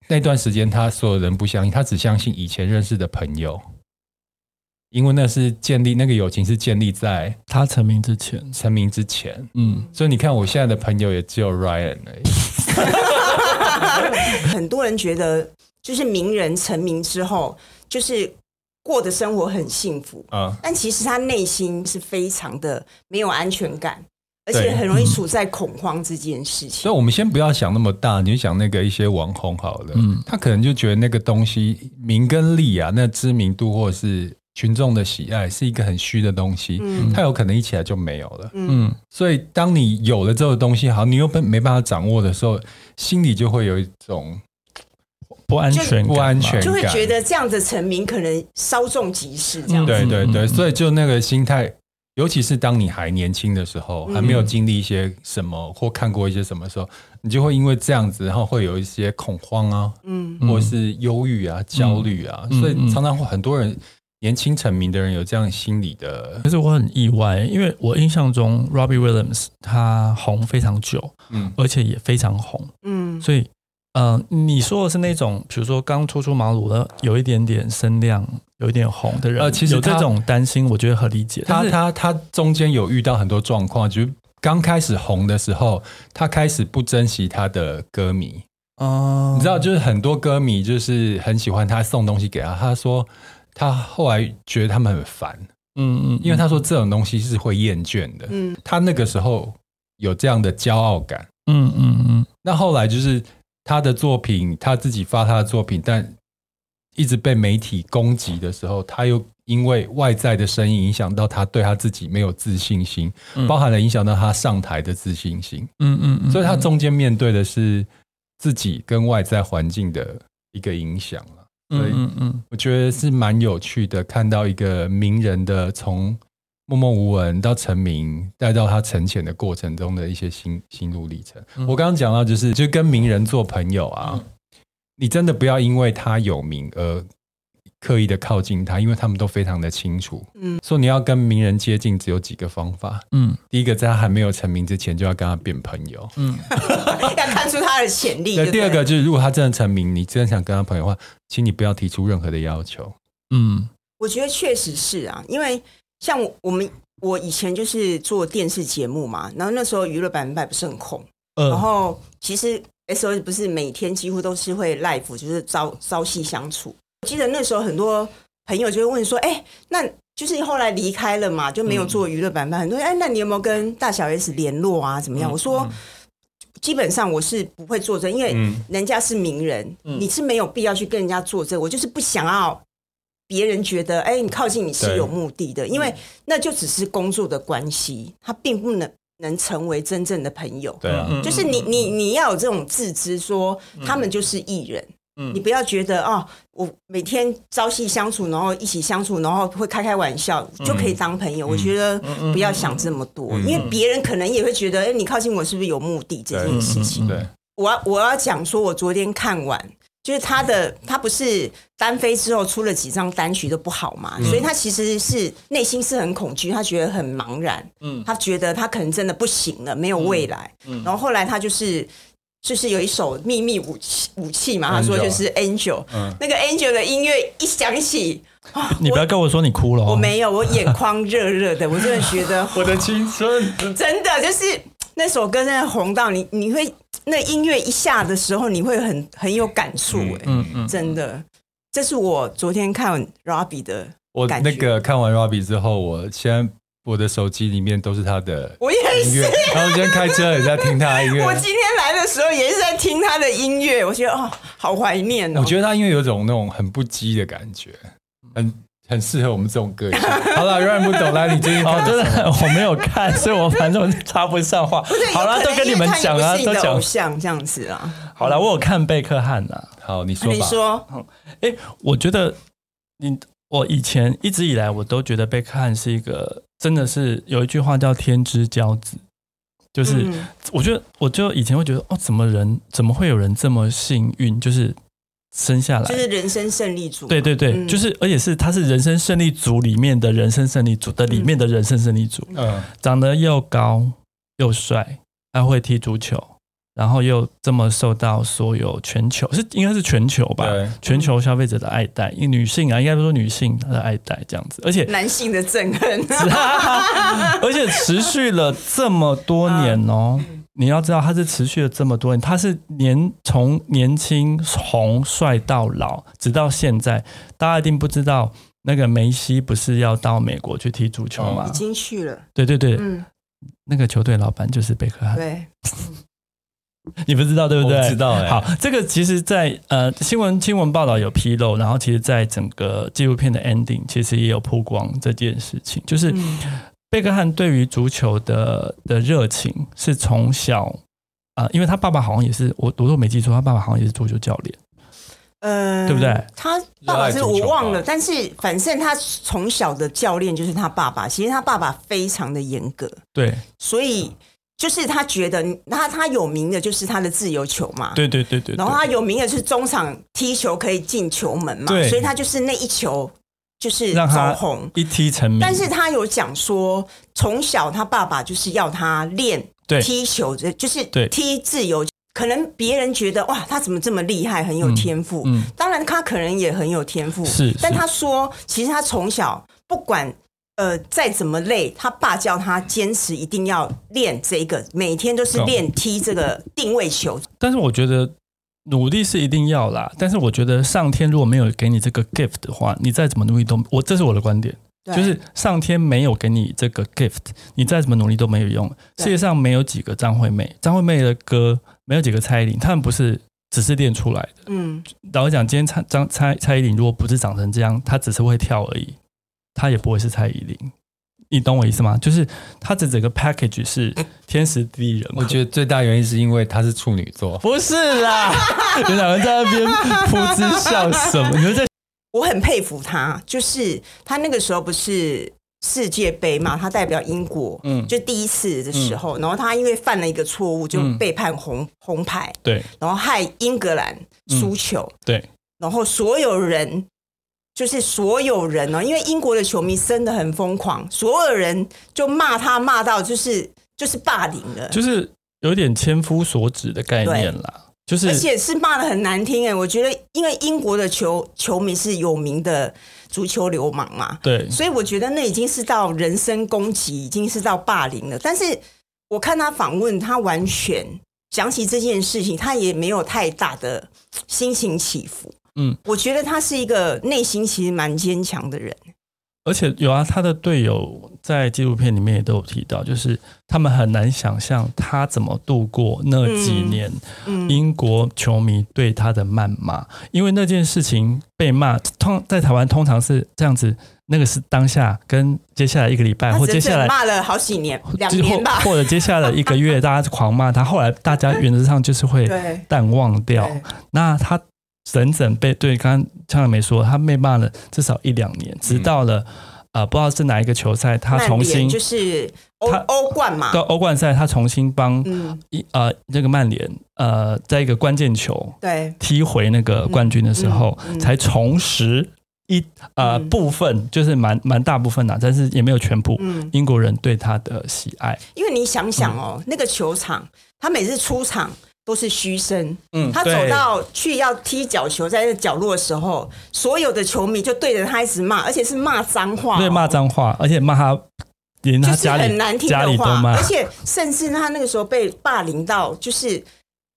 Speaker 1: 那段时间他所有人不相信，他只相信以前认识的朋友，因为那是建立那个友情是建立在
Speaker 2: 他成名之前，
Speaker 1: 成名之前。
Speaker 2: 嗯
Speaker 1: 所以你看，我现在的朋友也只有 Ryan 而已。
Speaker 3: 很多人觉得，就是名人成名之后，就是过的生活很幸福，
Speaker 1: 啊，
Speaker 3: 但其实他内心是非常的没有安全感，而
Speaker 1: 对嗯
Speaker 3: 且很容易处在恐慌这件事情
Speaker 1: 所以。我们先不要想那么大，你就想那个一些网红好了。
Speaker 2: 嗯
Speaker 1: 他可能就觉得那个东西名跟利啊，那知名度或者是群众的喜爱是一个很虚的东西，
Speaker 3: 嗯
Speaker 1: 他有可能一起来就没有了。
Speaker 3: 嗯
Speaker 2: 嗯
Speaker 1: 所以，当你有了这个东西，好，你又没没办法掌握的时候，心里就会有一种
Speaker 2: 不安全感嘛，
Speaker 1: 不安全
Speaker 3: 就会
Speaker 1: 感
Speaker 3: 觉得这样的成名可能稍纵即逝，这
Speaker 2: 嗯
Speaker 3: 样子。
Speaker 1: 对对对，
Speaker 2: 嗯
Speaker 1: 所以就那个心态，尤其是当你还年轻的时候，
Speaker 3: 嗯
Speaker 1: 还没有经历一些什么或看过一些什么时候，你就会因为这样子，然后会有一些恐慌啊，
Speaker 3: 嗯
Speaker 2: 嗯
Speaker 1: 或是忧郁啊、焦虑啊，
Speaker 2: 嗯
Speaker 1: 所以
Speaker 2: 嗯
Speaker 1: 常常会很多人年轻成名的人有这样心理的，
Speaker 2: 可是我很意外，因为我印象中 Robbie Williams 他红非常久，
Speaker 1: 嗯
Speaker 2: 而且也非常红，
Speaker 3: 嗯
Speaker 2: 所以，呃，你说的是那种，比如说刚初出茅庐的，有一点点声量，有一点红的人，
Speaker 1: 呃其实
Speaker 2: 有这
Speaker 1: 他
Speaker 2: 种担心，我觉得很理解。但
Speaker 1: 他
Speaker 2: 是
Speaker 1: 他他中间有遇到很多状况，就是刚开始红的时候，他开始不珍惜他的歌迷，
Speaker 2: 哦，
Speaker 1: 你知道，就是很多歌迷就是很喜欢他送东西给他，他说他后来觉得他们很烦，
Speaker 2: 嗯，嗯嗯，
Speaker 1: 因为他说这种东西是会厌倦的。
Speaker 3: 嗯
Speaker 1: 他那个时候有这样的骄傲感，
Speaker 2: 嗯嗯嗯
Speaker 1: 那后来就是他的作品，他自己发他的作品，但一直被媒体攻击的时候，他又因为外在的声音影响到他对他自己没有自信心，
Speaker 2: 嗯
Speaker 1: 包含了影响到他上台的自信心，
Speaker 2: 嗯嗯嗯，
Speaker 1: 所以他
Speaker 2: 嗯
Speaker 1: 中间面对的是自己跟外在环境的一个影响啊了。所以
Speaker 2: 嗯嗯嗯
Speaker 1: 我觉得是蛮有趣的，看到一个名人的从默默无闻到成名，带到他沉潜的过程中的一些心心路历程。
Speaker 2: 嗯
Speaker 1: 我刚刚讲到，就是就跟名人做朋友啊，
Speaker 2: 嗯
Speaker 1: 你真的不要因为他有名而刻意的靠近他，因为他们都非常的清楚。
Speaker 3: 嗯
Speaker 1: 说你要跟名人接近，只有几个方法。
Speaker 2: 嗯
Speaker 1: 第一个，在他还没有成名之前，就要跟他变朋友。
Speaker 2: 嗯
Speaker 3: 要看出他的潜力。
Speaker 1: 对，第二
Speaker 3: 对
Speaker 1: 个就是，如果他真的成名，你真的想跟他朋友的话，请你不要提出任何的要求。
Speaker 2: 嗯
Speaker 3: 我觉得确实是啊，因为像我我们我以前就是做电视节目嘛，然后那时候娱乐百分百不是很红，
Speaker 1: 嗯
Speaker 2: 呃
Speaker 3: 然后其实 S O 不是每天几乎都是会 live，就是朝朝夕相处。我记得那时候很多朋友就会问说：“哎、那就是后来离开了嘛，就没有做娱乐版本。很多人哎，那你有没有跟大小 S 联络啊？怎么
Speaker 1: 嗯
Speaker 3: 样？”我说。基本上我是不会作证，因为
Speaker 1: 嗯
Speaker 3: 人家是名人，
Speaker 2: 嗯
Speaker 3: 你是没有必要去跟人家作证。我就是不想要别人觉得，哎、你靠近你是
Speaker 1: 对
Speaker 3: 有目的的，因为那就只是工作的关系，他并不能能成为真正的朋友。
Speaker 1: 对啊，
Speaker 2: 嗯
Speaker 3: 就是你你你要有这种自知说，他们就是艺人。
Speaker 2: 嗯
Speaker 3: 你不要觉得哦，我每天朝夕相处，然后一起相处，然后会开开玩笑、就可以当朋
Speaker 2: 嗯
Speaker 3: 友。我觉得不要想这么多，因为别人可能也会觉得，哎、你靠近我是不是有目的这件事情？
Speaker 1: 对，
Speaker 3: 我要我要讲说，我昨天看完，就是他
Speaker 2: 嗯
Speaker 3: 的他不是单飞之后出了几张单曲都不好嘛，
Speaker 2: 嗯
Speaker 3: 所以他其实是内心是很恐惧，他觉得很茫然，
Speaker 2: 嗯
Speaker 3: 他觉得他可能真的不行了，没有未来。然后后来他就是。就是有一首秘密武器武器嘛，他说
Speaker 1: Angel
Speaker 3: 就是 Angel，、
Speaker 1: 嗯
Speaker 3: 那个 Angel 的音乐一响起，啊
Speaker 2: 你不要跟我说你哭了、哦，
Speaker 3: 我没有，我眼眶热热的，我真的觉 得
Speaker 1: 我的青春，
Speaker 3: 真的就是那首歌真的红到你，你会那音乐一下的时候，你会很很有感触哎、
Speaker 2: 嗯嗯，
Speaker 3: 真的。这是我昨天看 Robbie 的，
Speaker 1: 我
Speaker 3: 感觉
Speaker 1: 那个看完 Robbie 之后，我现在我的手机里面都是他的
Speaker 3: 我也
Speaker 1: 音
Speaker 3: 是
Speaker 1: 乐，，然后今天开车也在听他 的音乐。
Speaker 3: 我今天来的时候也是在听他的音乐，我觉得哦，好怀念哦。
Speaker 1: 我觉得他音乐有一种那种很不羁的感觉，很很适合我们这种歌 曲。好了，Ryan 不懂来，你最近
Speaker 2: 哦，
Speaker 1: 看
Speaker 2: 真的，我没有看，所以我反正我插不上话
Speaker 3: 不是。
Speaker 2: 好啦，
Speaker 3: 有可
Speaker 2: 都
Speaker 3: 能
Speaker 2: 跟
Speaker 3: 因为
Speaker 2: 们
Speaker 3: 他也
Speaker 2: 讲啊，
Speaker 3: 不是
Speaker 2: 都
Speaker 3: 你的
Speaker 2: 讲
Speaker 3: 偶像这样子啊。
Speaker 2: 好啦，我有看贝克汉啊呐、
Speaker 1: 好，你说
Speaker 3: 你
Speaker 1: 吧。
Speaker 3: 说，
Speaker 2: 我觉得你，我以前一直以来我都觉得贝克汉是一个，真的是有一句话叫“天之骄子”，就是、
Speaker 3: 嗯
Speaker 2: 我觉得，我就以前会觉得，哦，怎么人怎么会有人这么幸运，就是生下来，
Speaker 3: 就是人生胜利组，
Speaker 2: 对对对，
Speaker 3: 嗯
Speaker 2: 就是而且是他是人生胜利组里面的人生胜利组的里面的人生胜利组，
Speaker 1: 嗯，
Speaker 2: 长得又高又帅，还会踢足球，然后又这么受到所有全球是应该是全球吧，
Speaker 1: 对，
Speaker 2: 全球消费者的爱戴，因为女性啊，应该说女性的爱戴这样子， 而且
Speaker 3: 男性的憎恨，
Speaker 2: 而且持续了这么多年哦。你要知道，他是持续了这么多年，他是年从年轻红帅到老，直到现在。大家一定不知道，那个梅西不是要到美国去踢足球吗
Speaker 3: 已？经去了，
Speaker 2: 对对对，
Speaker 3: 嗯，
Speaker 2: 那个球队老板就是贝克汉，
Speaker 3: 对，
Speaker 2: 你不知道对不
Speaker 1: 我
Speaker 2: 对？
Speaker 1: 不知道哎。
Speaker 2: 好，这个其实在，呃新闻新闻报道有披露，然后其实，在整个纪录片的 ending，其实也有曝光这件事情，就是
Speaker 3: 嗯
Speaker 2: 贝克汉对于足球的的热情是从小啊、呃因为他爸爸好像也是我，我都没记错，他爸爸好像也是足球教练，
Speaker 3: 呃，
Speaker 2: 对不对？
Speaker 3: 他爸爸是
Speaker 1: 热爱足
Speaker 3: 我
Speaker 1: 球吧啊
Speaker 3: 忘了，但是反正他从小的教练就是他爸爸。其实他爸爸非常的严格，
Speaker 2: 对，
Speaker 3: 所
Speaker 1: 嗯
Speaker 3: 以就是他觉得他他有名的就是他的自由球嘛，
Speaker 2: 对对对对
Speaker 3: 然后他有名的就是中场踢球可以进球门嘛，
Speaker 2: 对
Speaker 3: 所以他就是那一球就是
Speaker 2: 让他
Speaker 3: 走红。
Speaker 2: 一踢成名，
Speaker 3: 但是他有讲说，从小他爸爸就是要他练
Speaker 2: 对
Speaker 3: 踢球，这就是
Speaker 2: 对
Speaker 3: 踢自由。可能别人觉得哇，他怎么这么厉害，很有天赋。
Speaker 2: 嗯
Speaker 3: 当然他可能也很有天赋，
Speaker 2: 是
Speaker 3: 但
Speaker 2: 是
Speaker 3: 他说，其实他从小不管呃再怎么累，他爸叫他坚持一定要练这个，每天都是
Speaker 2: 懂
Speaker 3: 练踢这个定位球。
Speaker 2: 但是我觉得努力是一定要啦，但是我觉得上天如果没有给你这个 gift 的话，你再怎么努力都，我这是我的观点，
Speaker 3: 对
Speaker 2: 就是上天没有给你这个 gift，你再怎么努力都没有用。
Speaker 3: 对
Speaker 2: 世界上没有几个张惠妹，张惠妹的歌没有几个蔡依林，他们不是只是练出来的。
Speaker 3: 嗯，
Speaker 2: 老实讲，今天蔡张蔡蔡依林如果不是长成这样，她只是会跳而已，她也不会是蔡依林。你懂我意思吗？就是她的整个 package 是天时地利人和。
Speaker 1: 我觉得最大原因是因为他是处女座，
Speaker 2: 不是 啦，你两个在那边噗嗤笑什么？你们在
Speaker 3: 我很佩服他，就是他那个时候不是世界杯嘛，他代表英国，
Speaker 2: 嗯
Speaker 3: 就第一次的时候，然后他因为犯了一个错误，就
Speaker 2: 嗯
Speaker 3: 被判红、红牌，
Speaker 2: 对
Speaker 3: 然后害英格兰
Speaker 2: 嗯
Speaker 3: 输球，
Speaker 2: 对
Speaker 3: 然后所有人。就是所有人呢、因为英国的球迷真的很疯狂，所有人就骂他骂到就是就是霸凌了，
Speaker 2: 就是有点千夫所指的概念啦，就
Speaker 3: 而
Speaker 2: 是
Speaker 3: 且是骂的很难听哎、我觉得因为英国的球球迷是有名的足球流氓嘛，
Speaker 2: 对
Speaker 3: 所以我觉得那已经是到人身攻击，已经是到霸凌了。但是我看他访问，他完全讲起这件事情，他也没有太大的心情起伏。
Speaker 2: 嗯，
Speaker 3: 我觉得他是一个内心其实蛮坚强的人。
Speaker 2: 而且有啊，他的队友在纪录片里面也都有提到，就是他们很难想象他怎么度过那几年
Speaker 3: 嗯，
Speaker 2: 英国球迷对他的谩骂，因为那件事情被骂，通在台湾通常是这样子，那个是当下跟接下来一个礼拜
Speaker 3: 他
Speaker 2: 或哎接
Speaker 3: 整
Speaker 2: 下
Speaker 3: 整
Speaker 2: 来
Speaker 3: 骂了好几年，两
Speaker 2: 就
Speaker 3: 年
Speaker 2: 或
Speaker 3: 吧。
Speaker 2: 或者接下来一个月大家狂骂他，后来大家原则上就是 会
Speaker 3: 对，
Speaker 2: 淡忘掉
Speaker 3: 对。
Speaker 2: 那他整整被对，刚刚呛了没说，他被骂了至少一两
Speaker 3: 嗯
Speaker 2: 年，直到了、呃不知道是哪一个球赛，他
Speaker 3: 曼
Speaker 2: 重
Speaker 3: 联
Speaker 2: 新
Speaker 3: 就是欧
Speaker 2: 他
Speaker 3: 欧冠嘛
Speaker 2: 到，欧冠赛，他重新帮
Speaker 3: 嗯，
Speaker 2: 一呃这个曼联呃在一个关键球
Speaker 3: 对，
Speaker 2: 踢回那个冠军的时候，
Speaker 3: 嗯嗯嗯
Speaker 2: 才重拾一呃、
Speaker 3: 嗯
Speaker 2: 部分，就是蛮蛮大部分啦，但是也没有全部。
Speaker 3: 嗯，
Speaker 2: 英国人对他的喜爱，
Speaker 3: 因为你想想哦，那个球场，他每次出场都是嘘声。
Speaker 2: 嗯
Speaker 3: 他走
Speaker 2: 对
Speaker 3: 到哦去要踢角球，在那角落的时候，所有的球迷就对着他一直骂，而且是骂脏话、哦
Speaker 2: 对骂。脏话，而且骂他，连他
Speaker 3: 就是
Speaker 2: 家里
Speaker 3: 很难听
Speaker 2: 家
Speaker 3: 的
Speaker 2: 里都
Speaker 3: 话，
Speaker 2: 骂
Speaker 3: 而，且甚至他那个时候被霸凌到，就是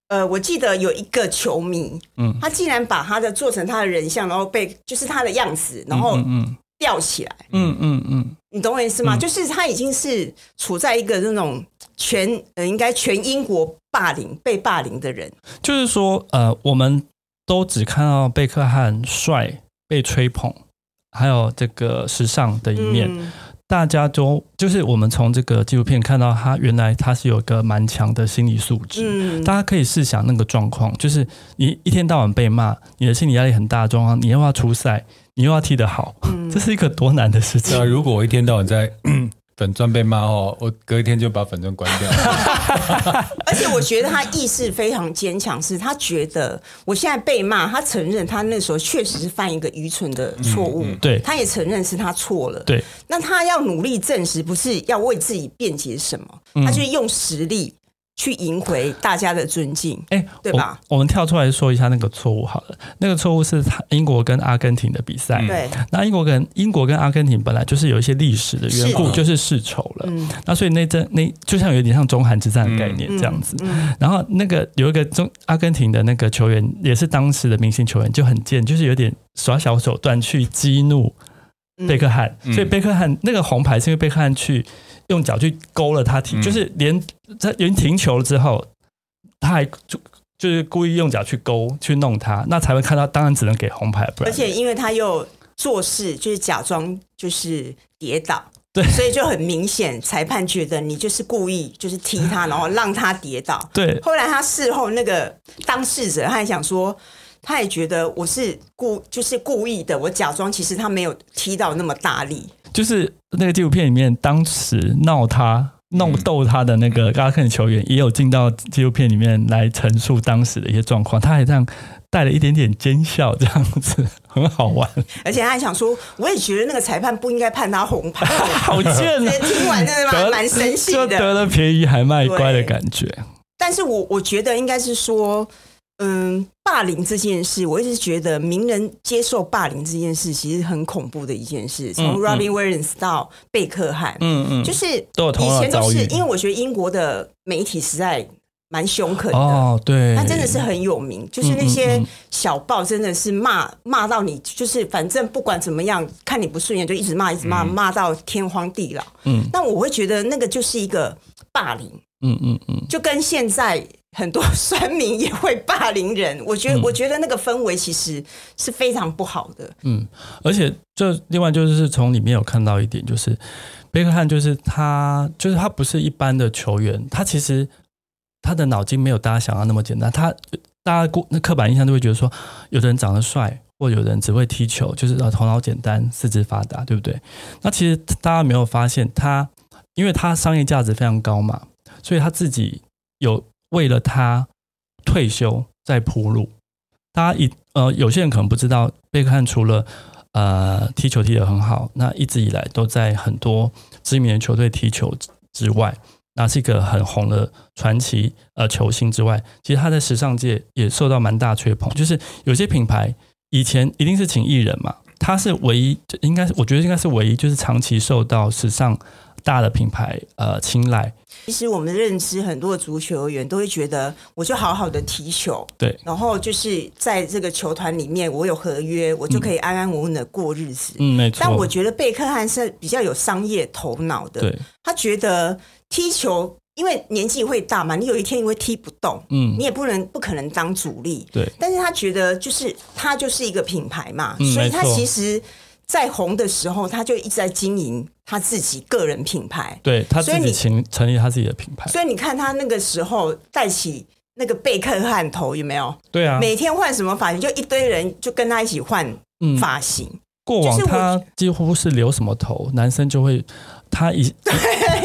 Speaker 3: 呃，我记得有一个球迷，
Speaker 2: 嗯
Speaker 3: 他竟然把他的做成他的人像，然后被就是他的样子，然后
Speaker 2: 嗯嗯
Speaker 3: 吊起来，
Speaker 2: 嗯嗯嗯
Speaker 3: 你懂我意思吗？
Speaker 2: 嗯
Speaker 3: 就是他已经是处在一个那种全呃，应该全英国霸凌被霸凌的人，
Speaker 2: 嗯，就是说，呃，我们都只看到贝克汉帅被吹捧，还有这个时尚的一面，
Speaker 3: 嗯
Speaker 2: 大家都就是我们从这个纪录片看到他原来他是有一个蛮强的心理素质。
Speaker 3: 嗯
Speaker 2: 大家可以试想那个状况，就是你一天到晚被骂，你的心理压力很大的状况，你又要出赛，你又要踢得好，
Speaker 3: 嗯
Speaker 2: 这是一个多难的事情
Speaker 1: 那。啊如果我一天到晚在 粉钻被骂哦，我隔一天就把粉钻关 掉。
Speaker 3: 而且我觉得他意识非常坚强，是他觉得我现在被骂，他承认他那时候确实是犯一个愚蠢的错误，
Speaker 2: 嗯对
Speaker 3: 他也承认是他错了。
Speaker 2: 对，
Speaker 3: 那他要努力证实，不是要为自己辩解什么，
Speaker 2: 嗯
Speaker 3: 他就是用实力去赢回大家的尊敬。
Speaker 2: 哎、
Speaker 3: 对
Speaker 2: 我
Speaker 3: 吧
Speaker 2: 我们跳出来说一下那个错误好了。那个错误是他英国跟阿根廷的比赛。
Speaker 3: 对，
Speaker 2: 那英国跟英国跟阿根廷本来就是有一些历史的缘故，
Speaker 3: 是
Speaker 2: 就是世仇了。
Speaker 3: 嗯
Speaker 2: 那所以那阵那就像有点像中韩之战的概念这样子。
Speaker 3: 嗯
Speaker 2: 然后那个有一个中阿根廷的那个球员，也是当时的明星球员，就很贱，就是有点耍小手段去激怒
Speaker 3: 嗯
Speaker 2: 贝克汉，
Speaker 1: 嗯
Speaker 2: 所以贝克汉那个红牌是因为贝克汉去用脚去勾了他停，
Speaker 1: 嗯
Speaker 2: 就是连在连停球了之后，他还就就是故意用脚去勾去弄他，那才会看到，当然只能给红牌，不然
Speaker 3: 而且因为他又做事就是假装就是跌倒，
Speaker 2: 对
Speaker 3: 所以就很明显，裁判觉得你就是故意就是踢 他，然后让他跌倒。
Speaker 2: 对
Speaker 3: 后来他事后那个当事者他还想说，他也觉得我是故就是故意的，我假装其实他没有踢到那么大力。
Speaker 2: 就是那个纪录片里面，当时闹他。弄逗他的那个阿根廷球员也有进到纪录片里面来陈述当时的一些状况，他还这样带了一点点奸笑，这样子很好玩，
Speaker 3: 而且他还想说，我也觉得那个裁判不应该判他红牌。
Speaker 2: 好贱
Speaker 3: 所以
Speaker 2: 啊！
Speaker 3: 听完真的蛮
Speaker 2: 得
Speaker 3: 蛮生气
Speaker 2: 就
Speaker 3: 的。
Speaker 2: 得了便宜还卖乖的感觉。
Speaker 3: 但是我我觉得应该是说，嗯，霸凌这件事，我一直觉得名人接受霸凌这件事其实很恐怖的一件事，从
Speaker 2: 嗯
Speaker 3: Robin Williams 到贝克汉，
Speaker 2: 嗯嗯，
Speaker 3: 就是
Speaker 2: 都有同
Speaker 3: 以
Speaker 2: 样的
Speaker 3: 前
Speaker 2: 遭
Speaker 3: 都
Speaker 2: 遇
Speaker 3: 是因为我觉得英国的媒体实在蛮凶狠的。
Speaker 2: 哦，对，
Speaker 3: 他真的是很有名，就是那些
Speaker 2: 嗯嗯嗯
Speaker 3: 小报真的是骂骂到你，就是反正不管怎么样，看你不顺眼就一直骂，一直骂，骂到天荒地老。
Speaker 2: 嗯
Speaker 3: 但我会觉得那个就是一个霸凌，
Speaker 2: 嗯嗯嗯，
Speaker 3: 就跟现在很多 酸民也会霸凌人，我
Speaker 2: 嗯
Speaker 3: 觉得、我觉得那个氛围其实是非常不好的。
Speaker 2: 嗯而且这另外就是从里面有看到一点，就是贝克汉就是他就是他不是一般的球员，他其实他的脑筋没有大家想要那么简单，他大家过那刻板印象就会觉得说，有的人长得帅。或有的人只会踢球，就是呃头脑简单，四肢发达，对不对？那其实大家没有发现他，因为他商业价值非常高嘛，所以他自己有为了他退休在铺路。大家一呃，有些人可能不知道，贝克汉除了呃踢球踢得很好，那一直以来都在很多知名的球队踢球之之外，那是一个很红的传奇呃球星之外，其实他在时尚界也受到蛮大吹捧，就是有些品牌以前一定是请艺人嘛，他是唯一，应该是我觉得应该是唯一，就是长期受到时尚大的品牌呃青睐。
Speaker 3: 其实我们认知很多的足球员都会觉得，我就好好的踢球，
Speaker 2: 对，
Speaker 3: 然后就是在这个球团里面，我有合约，我就可以安安稳稳的过日子。
Speaker 2: 嗯，没错。
Speaker 3: 但我觉得贝克汉是比较有商业头脑的，
Speaker 2: 对，
Speaker 3: 他觉得踢球，因为年纪会大嘛，你有一天你会踢不动，
Speaker 2: 嗯
Speaker 3: 你，也不能不可能当主力。
Speaker 2: 对，
Speaker 3: 但是他觉得就是他就是一个品牌嘛，
Speaker 2: 嗯
Speaker 3: 所以他
Speaker 2: 没错
Speaker 3: 其实在红的时候，他就一直在经营他自己个人品牌。
Speaker 2: 对他自
Speaker 3: 所以
Speaker 2: 己
Speaker 3: 你
Speaker 2: 成成立他自己的品牌。
Speaker 3: 所以你看他那个时候戴起那个贝克汉头有没有？
Speaker 2: 对啊，
Speaker 3: 每天换什么发型，就一堆人就跟他一起换
Speaker 2: 嗯，
Speaker 3: 发型。
Speaker 2: 过
Speaker 3: 就
Speaker 2: 往
Speaker 3: 是我
Speaker 2: 他几乎是留什么头，男生就会他一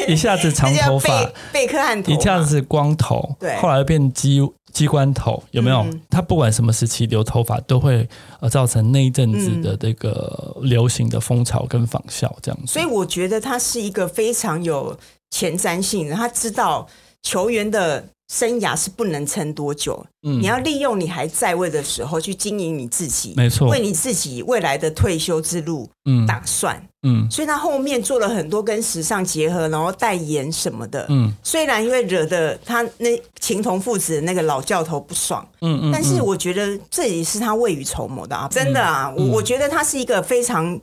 Speaker 2: 一下子长
Speaker 3: 那叫
Speaker 2: 头发，
Speaker 3: 贝贝克汉头嘛，
Speaker 2: 一下子光头，
Speaker 3: 对
Speaker 2: 后来变鸡鸡冠头，有没有？
Speaker 3: 嗯
Speaker 2: 他不管什么时期留头发，都会呃造成那一阵子
Speaker 3: 嗯
Speaker 2: 的这个流行的风潮跟仿效这样子。
Speaker 3: 所以我觉得他是一个非常有前瞻性的，他知道球员的生涯是不能撑多久，
Speaker 2: 嗯
Speaker 3: 你要利用你还在位的时候去经营你自己，
Speaker 2: 没错
Speaker 3: 为你自己未来的退休之路
Speaker 2: 嗯
Speaker 3: 打算。
Speaker 2: 嗯
Speaker 3: 所以他后面做了很多跟时尚结合，然后代言什么的。
Speaker 2: 嗯
Speaker 3: 虽然因为惹得他那情同父子的那个老教头不爽，
Speaker 2: 嗯嗯，
Speaker 3: 但是我觉得这也是他未雨绸缪的啊，真的啊，
Speaker 2: 嗯
Speaker 3: 我我觉得他是一个非常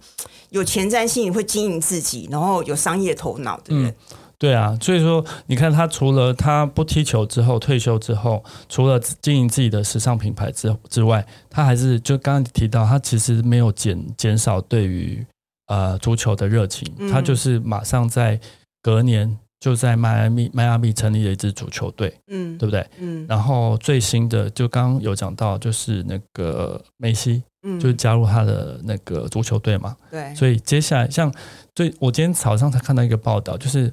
Speaker 3: 有前瞻性、会经营自己，然后有商业头脑的人。
Speaker 2: 对啊，所以说你看他除了他不踢球之后退休之后，除了经营自己的时尚品牌之之外，他还是就刚刚提到，他其实没有减减少对于呃足球的热情，
Speaker 3: 嗯
Speaker 2: 他就是马上在隔年就在迈阿密迈阿密成立了一支足球队，
Speaker 3: 嗯
Speaker 2: 对不对？
Speaker 3: 嗯
Speaker 2: 然后最新的就刚刚有讲到，就是那个梅西
Speaker 3: 嗯
Speaker 2: 就是加入他的那个足球队嘛，
Speaker 3: 对，
Speaker 2: 所以接下来像最，我今天早上才看到一个报道，就是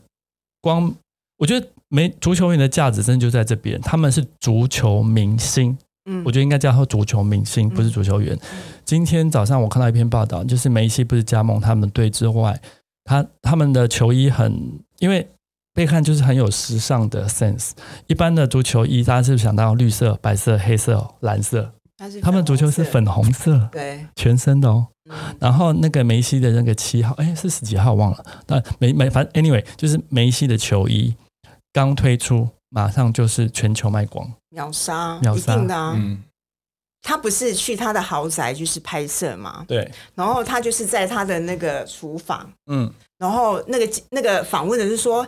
Speaker 2: 光我觉得没足球员的价值真的就在这边，他们是足球明星，
Speaker 3: 嗯
Speaker 2: 我觉得应该叫他足球明星，不是足球员。今天早上我看到一篇报道，就是梅西不是加盟他们队之外，他他们的球衣很，因为贝克汉就是很有时尚的 sense。一般的足球衣，大家是不是想到绿色、白色、黑色、蓝色？
Speaker 3: 他是
Speaker 2: 他们足球是粉红色，
Speaker 3: 对，
Speaker 2: 全身的哦。
Speaker 3: 嗯
Speaker 2: 然后那个梅西的那个七号，哎，是十几号忘了。那梅梅，反正 anyway，就是梅西的球衣刚推出，马上就是全球卖光。
Speaker 3: 秒杀
Speaker 2: 秒
Speaker 3: 一
Speaker 2: 杀
Speaker 3: 定的啊。
Speaker 1: 嗯，
Speaker 3: 他不是去他的豪宅就是拍摄嘛，
Speaker 2: 对，
Speaker 3: 然后他就是在他的那个厨房，
Speaker 2: 嗯，
Speaker 3: 然后那个那个访问的是说，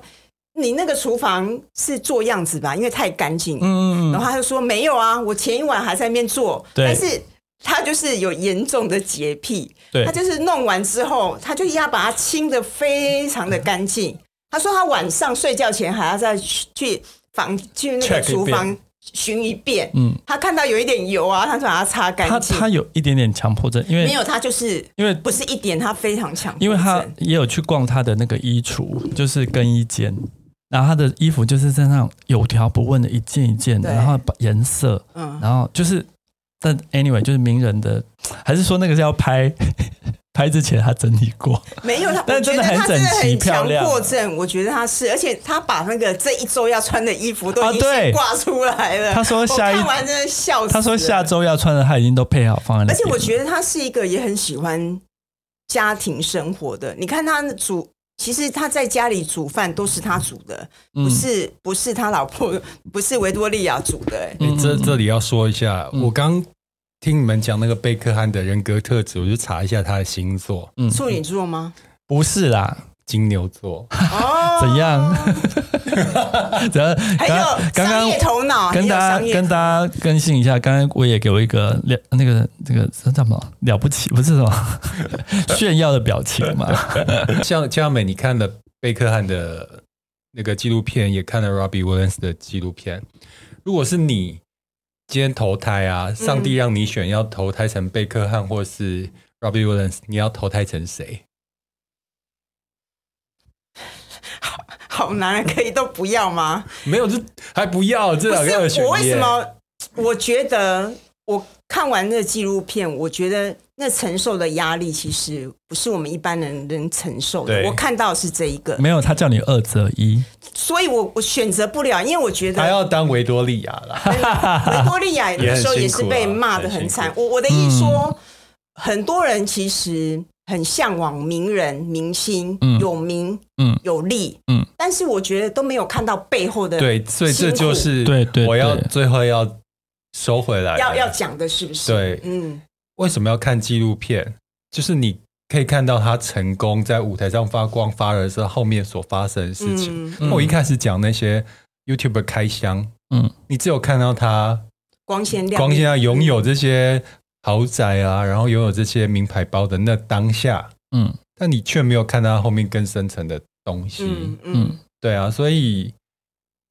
Speaker 3: 你那个厨房是做样子吧，因为太干净。
Speaker 2: 嗯
Speaker 3: 然
Speaker 2: 嗯
Speaker 3: 后他就说没有啊，我前一晚还在那边做，
Speaker 2: 对
Speaker 3: 但是他就是有严重的洁癖，
Speaker 2: 对
Speaker 3: 他就是弄完之后，他就要把它清的非常的干净。他说他晚上睡觉前还要再去去房去那个
Speaker 1: Check 一
Speaker 3: 厨房
Speaker 1: 遍
Speaker 3: 巡一遍，
Speaker 2: 嗯，
Speaker 3: 他看到有一点油啊，他就把它擦
Speaker 2: 他
Speaker 3: 干净。
Speaker 2: 他有一点点强迫症，因
Speaker 3: 没
Speaker 2: 为
Speaker 3: 有，他就是
Speaker 2: 因为
Speaker 3: 不是一点，他非常强迫症，
Speaker 2: 因为他也有去逛他的那个衣橱，就是更衣间，然后他的衣服就是在那种有条不紊的一件一件的，
Speaker 3: 对
Speaker 2: 然后把颜色，
Speaker 3: 嗯，
Speaker 2: 然后就是，但 anyway 就是名人的，还是说那个是要拍 拍之前他整理过，
Speaker 3: 没有他，
Speaker 2: 但
Speaker 3: 我觉
Speaker 2: 真的
Speaker 3: 得
Speaker 2: 很
Speaker 3: 他真的
Speaker 2: 整齐
Speaker 3: 很
Speaker 2: 漂
Speaker 3: 强
Speaker 2: 亮
Speaker 3: 迫症，我觉得他是，而且他把那个这一周要穿的衣服都
Speaker 2: 啊
Speaker 3: 已经
Speaker 2: 对
Speaker 3: 先挂出来了。
Speaker 2: 他说下一
Speaker 3: 我看完真的笑死了。
Speaker 2: 他说下，周要穿的他已经都配好放在那
Speaker 3: 而
Speaker 2: 边
Speaker 3: 且
Speaker 2: 了，
Speaker 3: 我觉得他是一个也很喜欢家庭生活的。你看他煮，其实他在家里煮饭都是他煮的，
Speaker 2: 嗯
Speaker 3: 不是、不是他老婆，不是维多利亚煮的、欸
Speaker 1: 诶这这里要说一下，
Speaker 3: 嗯
Speaker 1: 我刚听你们讲那个贝克汉的人格特质，我就查一下他的星座，
Speaker 2: 嗯
Speaker 3: 处女座 吗？
Speaker 2: 不是啦，
Speaker 1: 金牛 座。
Speaker 3: 哦，
Speaker 2: 怎样？ 怎样？
Speaker 3: 还
Speaker 2: 刚
Speaker 3: 有
Speaker 2: 刚
Speaker 3: 商
Speaker 2: 刚
Speaker 3: 业头脑，
Speaker 2: 跟大
Speaker 3: 还有
Speaker 2: 家
Speaker 3: 商业
Speaker 2: 跟大家更新一下，刚刚我也给我一个了那个这个这叫什么了不起？不是什么 炫耀的表情嘛？
Speaker 1: 像佳美，你看了贝克汉的那个纪录片，也看了 Robbie Williams 的纪录片。如果是你今天投胎啊，
Speaker 3: 嗯
Speaker 1: 上帝让你选要投胎成贝克汉或是 Robbie Williams，你要投胎成谁？
Speaker 3: 好男人可以都不要吗？
Speaker 1: 没有，就还不要这两个要
Speaker 3: 不是
Speaker 1: 选一
Speaker 3: 我为什么？我觉得我看完那个纪录片，我觉得那承受的压力其实不是我们一般人能承受的。
Speaker 1: 对
Speaker 3: 我看到的是这一个，
Speaker 2: 没有，他叫你二择一，
Speaker 3: 所以我我选择不了，因为我觉
Speaker 1: 还
Speaker 3: 得
Speaker 1: 要当维多利亚啦？
Speaker 3: 维多利亚那时候
Speaker 1: 也
Speaker 3: 也
Speaker 1: 很辛
Speaker 3: 是
Speaker 1: 苦啊嗯
Speaker 3: 被骂的
Speaker 1: 很
Speaker 3: 很
Speaker 1: 辛
Speaker 3: 惨。
Speaker 1: 苦
Speaker 3: 我我的意思说，很多人其实很向往名人、明星
Speaker 2: 嗯，
Speaker 3: 有名，
Speaker 2: 嗯，
Speaker 3: 有利，
Speaker 2: 嗯，
Speaker 3: 但是我觉得都没有看到背后的
Speaker 1: 对，所以
Speaker 3: 辛
Speaker 1: 这
Speaker 3: 苦
Speaker 1: 就是
Speaker 2: 对对
Speaker 1: 我要
Speaker 2: 对
Speaker 1: 最后要收回来了，
Speaker 3: 要要讲的是不是？
Speaker 1: 对
Speaker 3: 嗯，
Speaker 1: 为什么要看纪录片？就是你可以看到他成功在舞台上发光发热的时候，后面所发生的事情。
Speaker 3: 嗯，
Speaker 2: 嗯
Speaker 1: 我一开始讲那些 YouTube 开箱，
Speaker 2: 嗯，
Speaker 1: 你只有看到他
Speaker 3: 光鲜亮丽，
Speaker 1: 光鲜啊，拥有这些豪宅啊，
Speaker 3: 嗯
Speaker 1: 然后拥有这些名牌包的那当下，
Speaker 2: 嗯
Speaker 1: 但你却没有看到他后面更深层的东西。
Speaker 3: 嗯嗯，
Speaker 2: 嗯
Speaker 1: 对啊，所以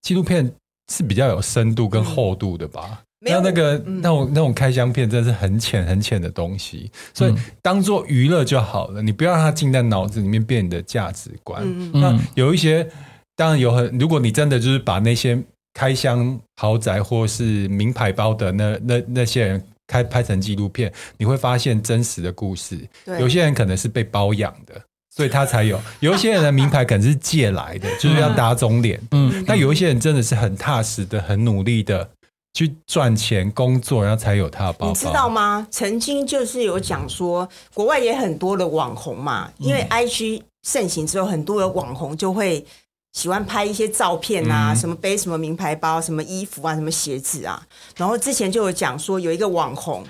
Speaker 1: 纪录片是比较有深度跟厚度的吧？
Speaker 3: 没有
Speaker 1: 那那个、
Speaker 3: 嗯
Speaker 1: 那种那种开箱片真的是很浅很浅的东西，所以
Speaker 3: 嗯
Speaker 1: 当做娱乐就好了，你不要让它进在脑子里面变你的价值观。
Speaker 3: 嗯嗯
Speaker 1: 那
Speaker 2: 嗯
Speaker 1: 有一些当然有很，如果你真的就是把那些开箱豪宅或是名牌包的那那那些人开拍成纪录片，你会发现真实的故事。
Speaker 3: 对，
Speaker 1: 有些人可能是被包养的，所以他才有；有一些人的名牌可能是借来的，就是要打肿脸。
Speaker 2: 嗯
Speaker 1: 那有一些人真的是很踏实的、很努力的去赚钱、工作，然后才有他的包包。
Speaker 3: 你知道吗？曾经就是有讲说，国外也很多的网红嘛，因
Speaker 1: 嗯
Speaker 3: 为 IG 盛行之后，很多的网红就会喜欢拍一些照片啊，
Speaker 1: 嗯
Speaker 3: 什么背什么名牌包、什么衣服啊、什么鞋子啊。然后之前就有讲说，有一个网红，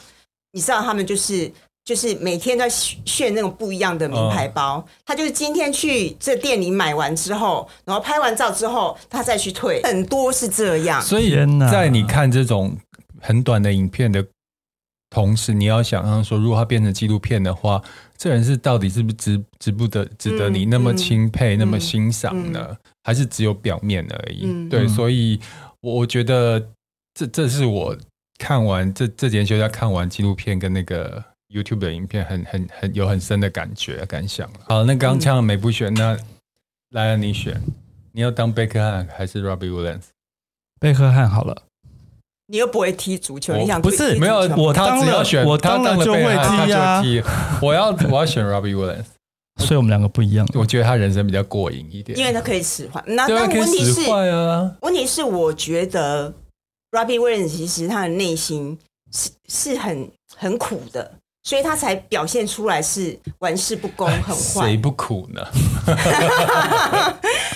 Speaker 3: 你知道他们就是。就是每天在炫炫那种不一样的名牌
Speaker 1: 哦
Speaker 3: 包，他就是今天去这店里买完之后，然后拍完照之后，他再去退，很多是这样。
Speaker 1: 所以
Speaker 2: 天哪
Speaker 1: 在你看这种很短的影片的同时，你要想象说，如果它变成纪录片的话，这人是到底是不是值值不得值得你
Speaker 3: 嗯
Speaker 1: 那么钦佩、那么
Speaker 3: 嗯
Speaker 1: 欣赏呢？还是只有表面而已？
Speaker 3: 嗯
Speaker 1: 对，
Speaker 2: 嗯
Speaker 1: 所以我我觉得这这是我看完这这节休假看完纪录片跟那个。YouTube 的影片很很很有很深的感觉感想了。好，那刚
Speaker 3: 嗯
Speaker 1: 刚呛了美不选，那来了你选，你要当贝克汉还是 Robbie Williams？
Speaker 2: 贝克汉好了，
Speaker 3: 你又不会踢足球，你想
Speaker 2: 不是
Speaker 3: 踢足球
Speaker 1: 没有
Speaker 3: 吗，
Speaker 2: 我
Speaker 1: 他
Speaker 2: 当
Speaker 1: 只要
Speaker 2: 了
Speaker 1: 选，
Speaker 2: 我
Speaker 1: 他
Speaker 2: 当了
Speaker 1: 了
Speaker 2: 就
Speaker 1: 贝
Speaker 2: 会
Speaker 1: 汉他
Speaker 2: 踢
Speaker 1: 就
Speaker 2: 啊
Speaker 1: 踢 我要我要选 Robbie Williams，
Speaker 2: 所以我们两个不一样。
Speaker 1: 我觉得他人生比较过瘾一点，
Speaker 3: 因为它可以使唤。那
Speaker 1: 对啊，
Speaker 3: 但
Speaker 1: 可
Speaker 3: 问
Speaker 1: 以
Speaker 3: 题
Speaker 1: 使
Speaker 3: 是，
Speaker 1: 坏啊。
Speaker 3: 问题是我觉得 Robbie Williams 其实他的内心是是很很苦的，所以他才表现出来是玩世不恭、很
Speaker 1: 哎谁
Speaker 3: 坏。
Speaker 1: 不苦呢？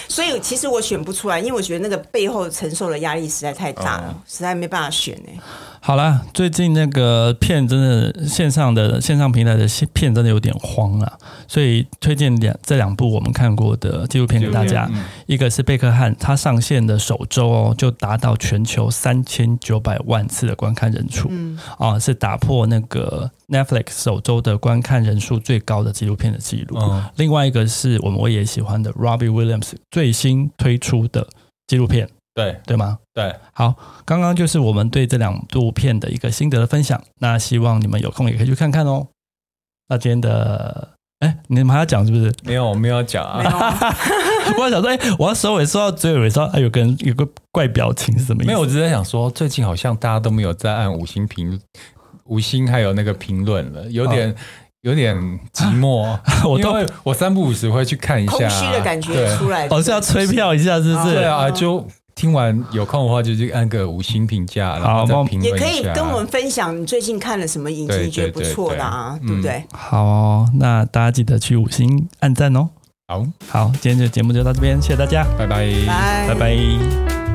Speaker 3: 所以其实我选不出来，因为我觉得那个背后承受的压力实在太大
Speaker 1: 哦
Speaker 3: 了，实在没办法选哎、
Speaker 2: 好啦，最近那个片真的线上的线上平台的片真的有点慌了，所以推荐两这两部我们看过的纪录片给大家。
Speaker 1: 嗯
Speaker 2: 一个是贝克汉，他上线的首周哦，就达到全球三千九百万次的观看人数，嗯，啊，是打破那个 Netflix 首周的观看人数最高的纪录片的记录。
Speaker 1: 嗯
Speaker 2: 另外一个是我们我也喜欢的 Robbie Williams 最新推出的纪录片，
Speaker 1: 对
Speaker 2: 对吗？
Speaker 1: 对，
Speaker 2: 好，刚刚就是我们对这两部片的一个心得的分享，那希望你们有空也可以去看看哦。那今天的，哎，你们还要讲是不是？
Speaker 1: 没有我没有讲
Speaker 3: 没
Speaker 1: 啊，
Speaker 3: 有啊，
Speaker 2: 我还想说，哎、我要收尾，收到最尾，说哎，有个人有个怪表情是什么意思？
Speaker 1: 没有，我只是想说，最近好像大家都没有在按五星评五星还有那个评论了，有点有点寂寞。
Speaker 2: 啊 我
Speaker 1: 因
Speaker 2: 都
Speaker 1: 为我三不五时会去看一下
Speaker 3: 空
Speaker 1: 啊，
Speaker 3: 虚的感觉
Speaker 1: 对
Speaker 3: 也出来了。
Speaker 2: 哦是要吹票一下，是不是？
Speaker 1: 对啊，就听完有空的话就去按个五星评价，然后
Speaker 2: 好
Speaker 1: 再
Speaker 2: 帮我
Speaker 1: 评论
Speaker 3: 也
Speaker 1: 一下
Speaker 3: 可以跟我们分享你最近看了什么影集，
Speaker 1: 对
Speaker 3: 你觉得不错的啊，
Speaker 1: 对嗯
Speaker 3: 对
Speaker 1: 对对
Speaker 3: 不对？
Speaker 2: 好哦，那大家记得去五星按赞哦。
Speaker 1: 好，
Speaker 2: 好，今天的节目就到这边，谢谢大家，
Speaker 1: 拜拜。
Speaker 3: 拜
Speaker 2: 拜拜